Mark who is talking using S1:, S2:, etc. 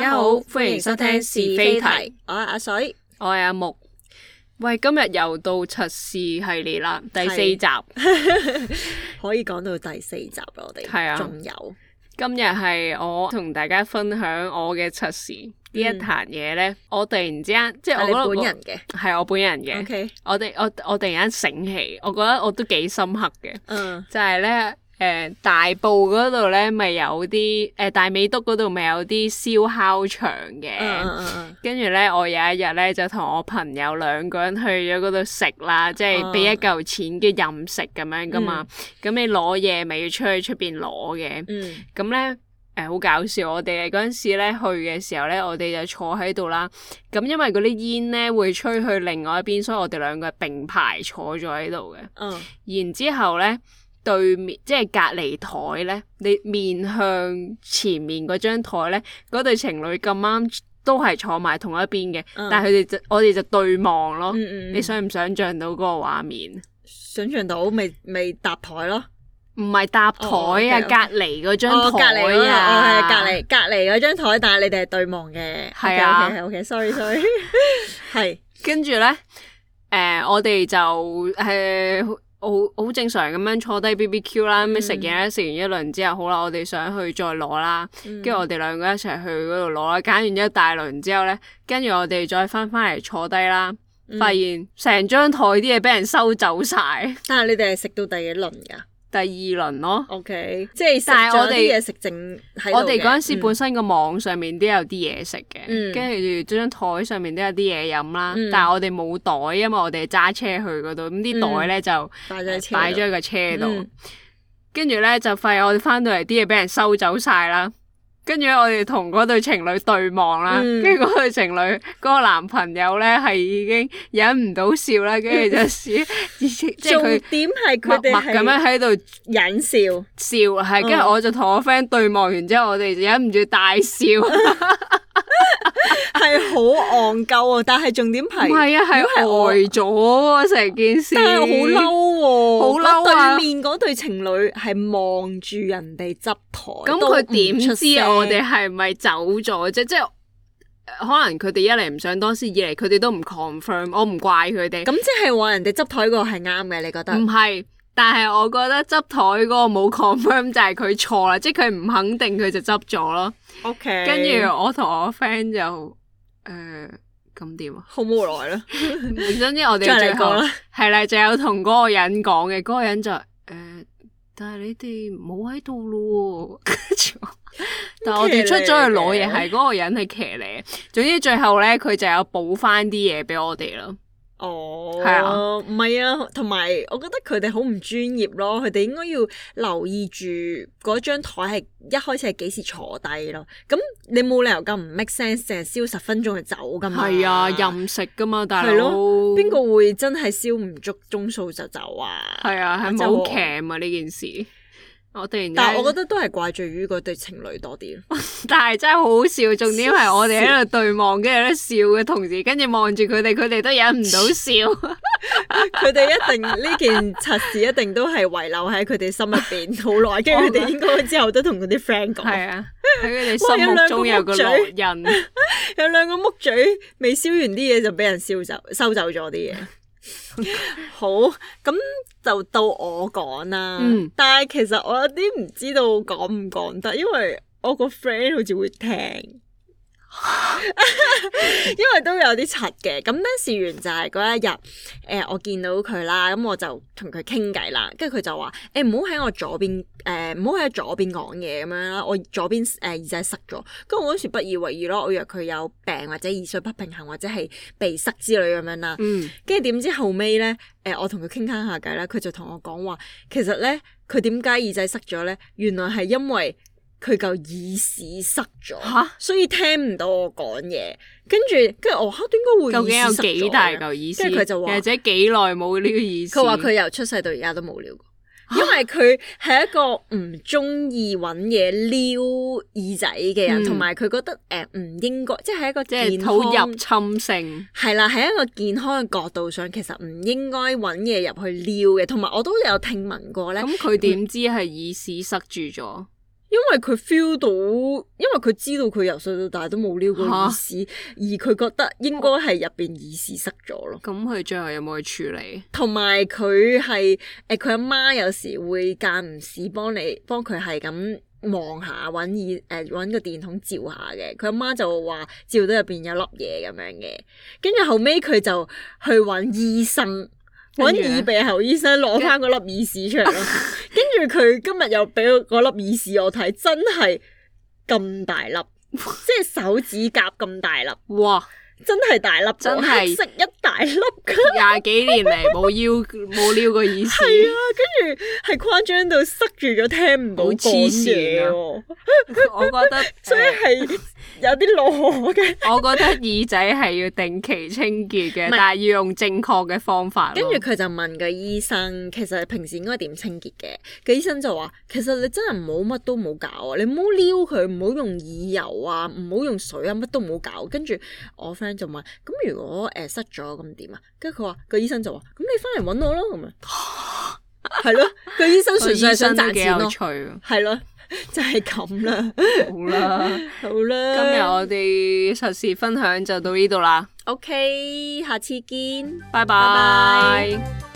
S1: 歡迎收聽是非題，
S2: 我係阿水，
S1: 我係阿木。喂，今日又到測試系列啦，第四集。
S2: 可以講到第四集啦，我哋
S1: 係啊
S2: 仲有
S1: 今日係我同大家分享我嘅測試呢一壇嘢咧，我突然之間即係
S2: 嗯係
S1: 我覺得
S2: 你本
S1: 我
S2: 人嘅
S1: 係我本人嘅。
S2: ，OK，
S1: 我哋我我突然間醒起，我覺得我都幾深刻嘅，
S2: 嗯，
S1: 就係咧。誒、大埔嗰度咧，咪有啲誒、大美督嗰度咪有啲燒烤場嘅，
S2: 嗯嗯嗯
S1: 跟住咧，我有一日咧就同我朋友兩個人去咗嗰度食啦，即係俾一嚿錢嘅任食咁樣噶嘛。咁、你攞嘢咪要出去出邊攞嘅。
S2: 嗯
S1: 咁咧誒好搞笑，我哋嗰陣時咧去嘅時候咧，我哋就坐喺度啦。咁因為嗰啲煙咧會吹去另外一邊，所以我哋兩個係並排坐咗喺度嘅。
S2: 嗯
S1: 然之後咧，對面即係隔離台咧，你面向前面嗰張台咧，嗰對情侶咁啱都係坐埋同一邊嘅，
S2: 嗯
S1: 但係佢哋就我哋就對望咯。
S2: 嗯
S1: 你想唔想像到嗰個畫面？
S2: 想象到未未搭台咯？
S1: 唔係搭台
S2: 哦，OK，
S1: 啊，
S2: OK
S1: 隔離嗰
S2: 哦
S1: 張
S2: 隔離嗰
S1: 台
S2: 個哦係
S1: 啊，
S2: 隔離隔離嗰張台，但係你哋係對望嘅，
S1: 係啊
S2: 係 OK sorry sorry，係
S1: 跟住咧，誒、我哋就誒好好正常咁樣坐低 BBQ 啦，咁食嘢咧，食完一輪之後，好啦，我哋想去再攞啦，
S2: 嗯
S1: 跟住、我哋兩個一齊去嗰度攞啦，揀完一大輪之後咧，跟住我哋再翻翻嚟坐低啦，發現成張台啲嘢俾人收走晒，
S2: 但係你哋係食到第幾輪㗎
S1: 第二輪咯。
S2: ？OK，即係食
S1: 但係我
S2: 咗
S1: 哋
S2: 啲嘢食剩喺度嗯
S1: 我哋嗰
S2: 陣
S1: 陣時本身個網上面都有啲嘢食嘅，
S2: 嗯
S1: 跟住張台上面都有啲嘢飲啦。
S2: 嗯
S1: 但係我哋冇袋，因為我哋揸車去嗰度，咁啲袋咧就
S2: 嗯擺咗喺車度
S1: 擺咗喺個車度
S2: 嗯。
S1: 跟住咧就發現我哋翻到嚟啲嘢俾人收走晒啦。跟住咧我哋同嗰對情侶對望啦，
S2: 嗯
S1: 跟住嗰對情侶嗰、個男朋友咧係已經忍唔到笑啦，跟住就笑， 即係
S2: 重
S1: 佢
S2: 點係
S1: 默
S2: 佢哋
S1: 默咁樣
S2: 係
S1: 喺度
S2: 忍笑。
S1: 笑，
S2: 嗯
S1: 係跟住我就同我 friend 對望完之後，我哋就忍唔住大笑。
S2: 係好戇鳩啊！但係重點
S1: 唔
S2: 係，
S1: 係啊，係
S2: 如果
S1: 呆咗啊成件事。
S2: 但係好嬲啊喎，
S1: 好嬲
S2: 嗰
S1: 啊
S2: 對面嗰對情侶係望住人哋執台，
S1: 咁佢點知啊我哋係咪走咗啫？即係呃可能佢哋一嚟唔想當時，二嚟佢哋都唔 confirm，我唔怪佢哋
S2: 都唔出聲？。咁即係話人哋執台嗰個係啱嘅，你覺得？
S1: 唔係，但係我覺得執台嗰個冇 confirm 就係佢錯啦，即係佢唔肯定佢就執咗咯。
S2: O K，
S1: 跟住我同我 friend 就誒 咁點啊？
S2: 好無奈啦，
S1: 總之我哋
S2: 再
S1: 最
S2: 嚟
S1: 後
S2: 講啦。
S1: 係啦，就有同嗰個人講嘅，嗰、個人就誒、呃但係你哋冇喺度咯 喎，跟住 我但係我哋出咗去攞嘢，係嗰個人係騎呢。總之最後咧，佢就有補翻啲嘢俾我哋咯。
S2: 哦，
S1: 係啊
S2: 啊，唔係啊，同埋我覺得佢哋好唔專業咯，佢哋應該要留意住嗰張台係一開始係幾時坐低咯。咁你冇理由咁唔 make sense，淨係燒十分鐘就走噶嘛？
S1: 係啊，任食噶嘛，大佬。
S2: 係咯邊個會真係燒唔足鐘數就走啊？
S1: 係啊，係
S2: 真
S1: 咪
S2: 係
S1: 好
S2: 好
S1: cam 啊呢件事。我突然間，
S2: 但係我覺得都係怪罪於嗰對情侶多啲咯。
S1: 但係真係好好笑。重點係我哋喺度對望，跟住喺度笑嘅同時，跟住望住佢哋，佢哋都忍唔到笑。
S2: 佢哋一定呢件測試一定都係遺留喺佢哋心入邊好耐，跟
S1: 哦
S2: 住佢哋應該之後都同嗰啲 friend 講，
S1: 係啊，喺佢哋心目中有個
S2: 哇有
S1: 烙印。
S2: 有兩個木嘴未燒完啲嘢就俾人燒走收走咗啲嘢。好，咁就到我講啦。
S1: 嗯
S2: 但係其實我有啲唔知道講唔講得，因為我個 friend 好似會聽。 因為都有啲柒嘅，咁咧事完就係嗰一日，誒、我見到佢啦，咁我就同佢傾偈啦，跟住佢就話：誒唔好喺我左邊，誒唔好喺左邊講嘢咁樣啦，我左邊誒、耳仔塞咗，跟住我嗰時不以為意咯，我以為佢有病或者耳水不平衡或者係鼻塞之類咁樣啦，
S1: 嗯，
S2: 跟住點知後尾咧，誒、我同佢傾傾下偈啦，佢就同我講話，其實咧佢點解耳仔塞咗咧？原來係因為佢嚿耳屎塞咗
S1: 吓，
S2: 所以聽唔到我講嘢。跟住跟住我嚇點解會
S1: 究竟有
S2: 耳屎塞咗
S1: 幾
S2: 嘅
S1: 大嚿意思？
S2: 跟住佢就話
S1: 或者幾耐冇呢個意思？
S2: 佢話佢由出世到而家都冇撩過，
S1: 啊
S2: 因為佢係一個唔中意揾嘢撩耳仔嘅人，
S1: 嗯
S2: 同埋佢覺得誒唔應該，即係一個
S1: 即
S2: 健
S1: 係
S2: 康
S1: 好入侵性。
S2: 係啦，喺一個健康嘅角度上，其實唔應該揾嘢入去撩嘅。同埋我都有聽聞過咧，
S1: 咁佢點知係耳屎塞住咗？
S2: 因為佢 feel 到，因為佢知道佢由細到大都冇撩過耳屎，而佢覺得應該係入邊耳屎塞咗咯。
S1: 咁佢最後有冇去處理？
S2: 同埋佢係誒佢阿媽有時會間唔時幫你幫佢係咁望下揾耳誒揾個電筒照下嘅，佢阿媽就話照到入邊有粒嘢咁樣嘅，跟住後尾佢就去揾醫生。揾
S1: 跟住呢
S2: 耳鼻喉醫生攞翻嗰粒耳屎出嚟咯， 跟住佢今日又俾嗰粒耳屎我睇，真係咁大粒，即係手指甲咁大粒，
S1: 哇！
S2: 真係大粒，
S1: 真係
S2: 係食一大粒㗎
S1: 廿幾年嚟冇撩冇撩過耳
S2: 係
S1: 屎
S2: 啊，，跟住係誇張到塞住咗，聽唔到
S1: 好
S2: 講
S1: 黐線
S2: 嘢
S1: 啊
S2: 喎，
S1: 我覺得，
S2: 所以係有啲攞嘅。
S1: 我覺得耳仔係要定期清潔嘅，
S2: 唔係
S1: 但係要用正確嘅方 法
S2: 跟
S1: 咯。
S2: 住佢就問個醫生，其實平時應該點清潔嘅？個醫生就話：其實你真係唔好乜都冇搞啊，你唔好撩佢，唔好用耳油啊，唔好用水啊，乜都唔好搞。跟住我 friend 就問：咁如果誒、呃塞咗咁點啊？跟住佢話個醫生就話：咁你翻嚟揾我咯咁樣。 係咯，個醫生純粹係想賺
S1: 幾
S2: 錢
S1: 有
S2: 咯，
S1: 趣啊！
S2: 係咯，就係咁啦。
S1: 好 啦，
S2: 好啦，
S1: 今日我哋實時分享就到呢度啦，
S2: OK，下次見。
S1: 拜
S2: 拜
S1: 拜。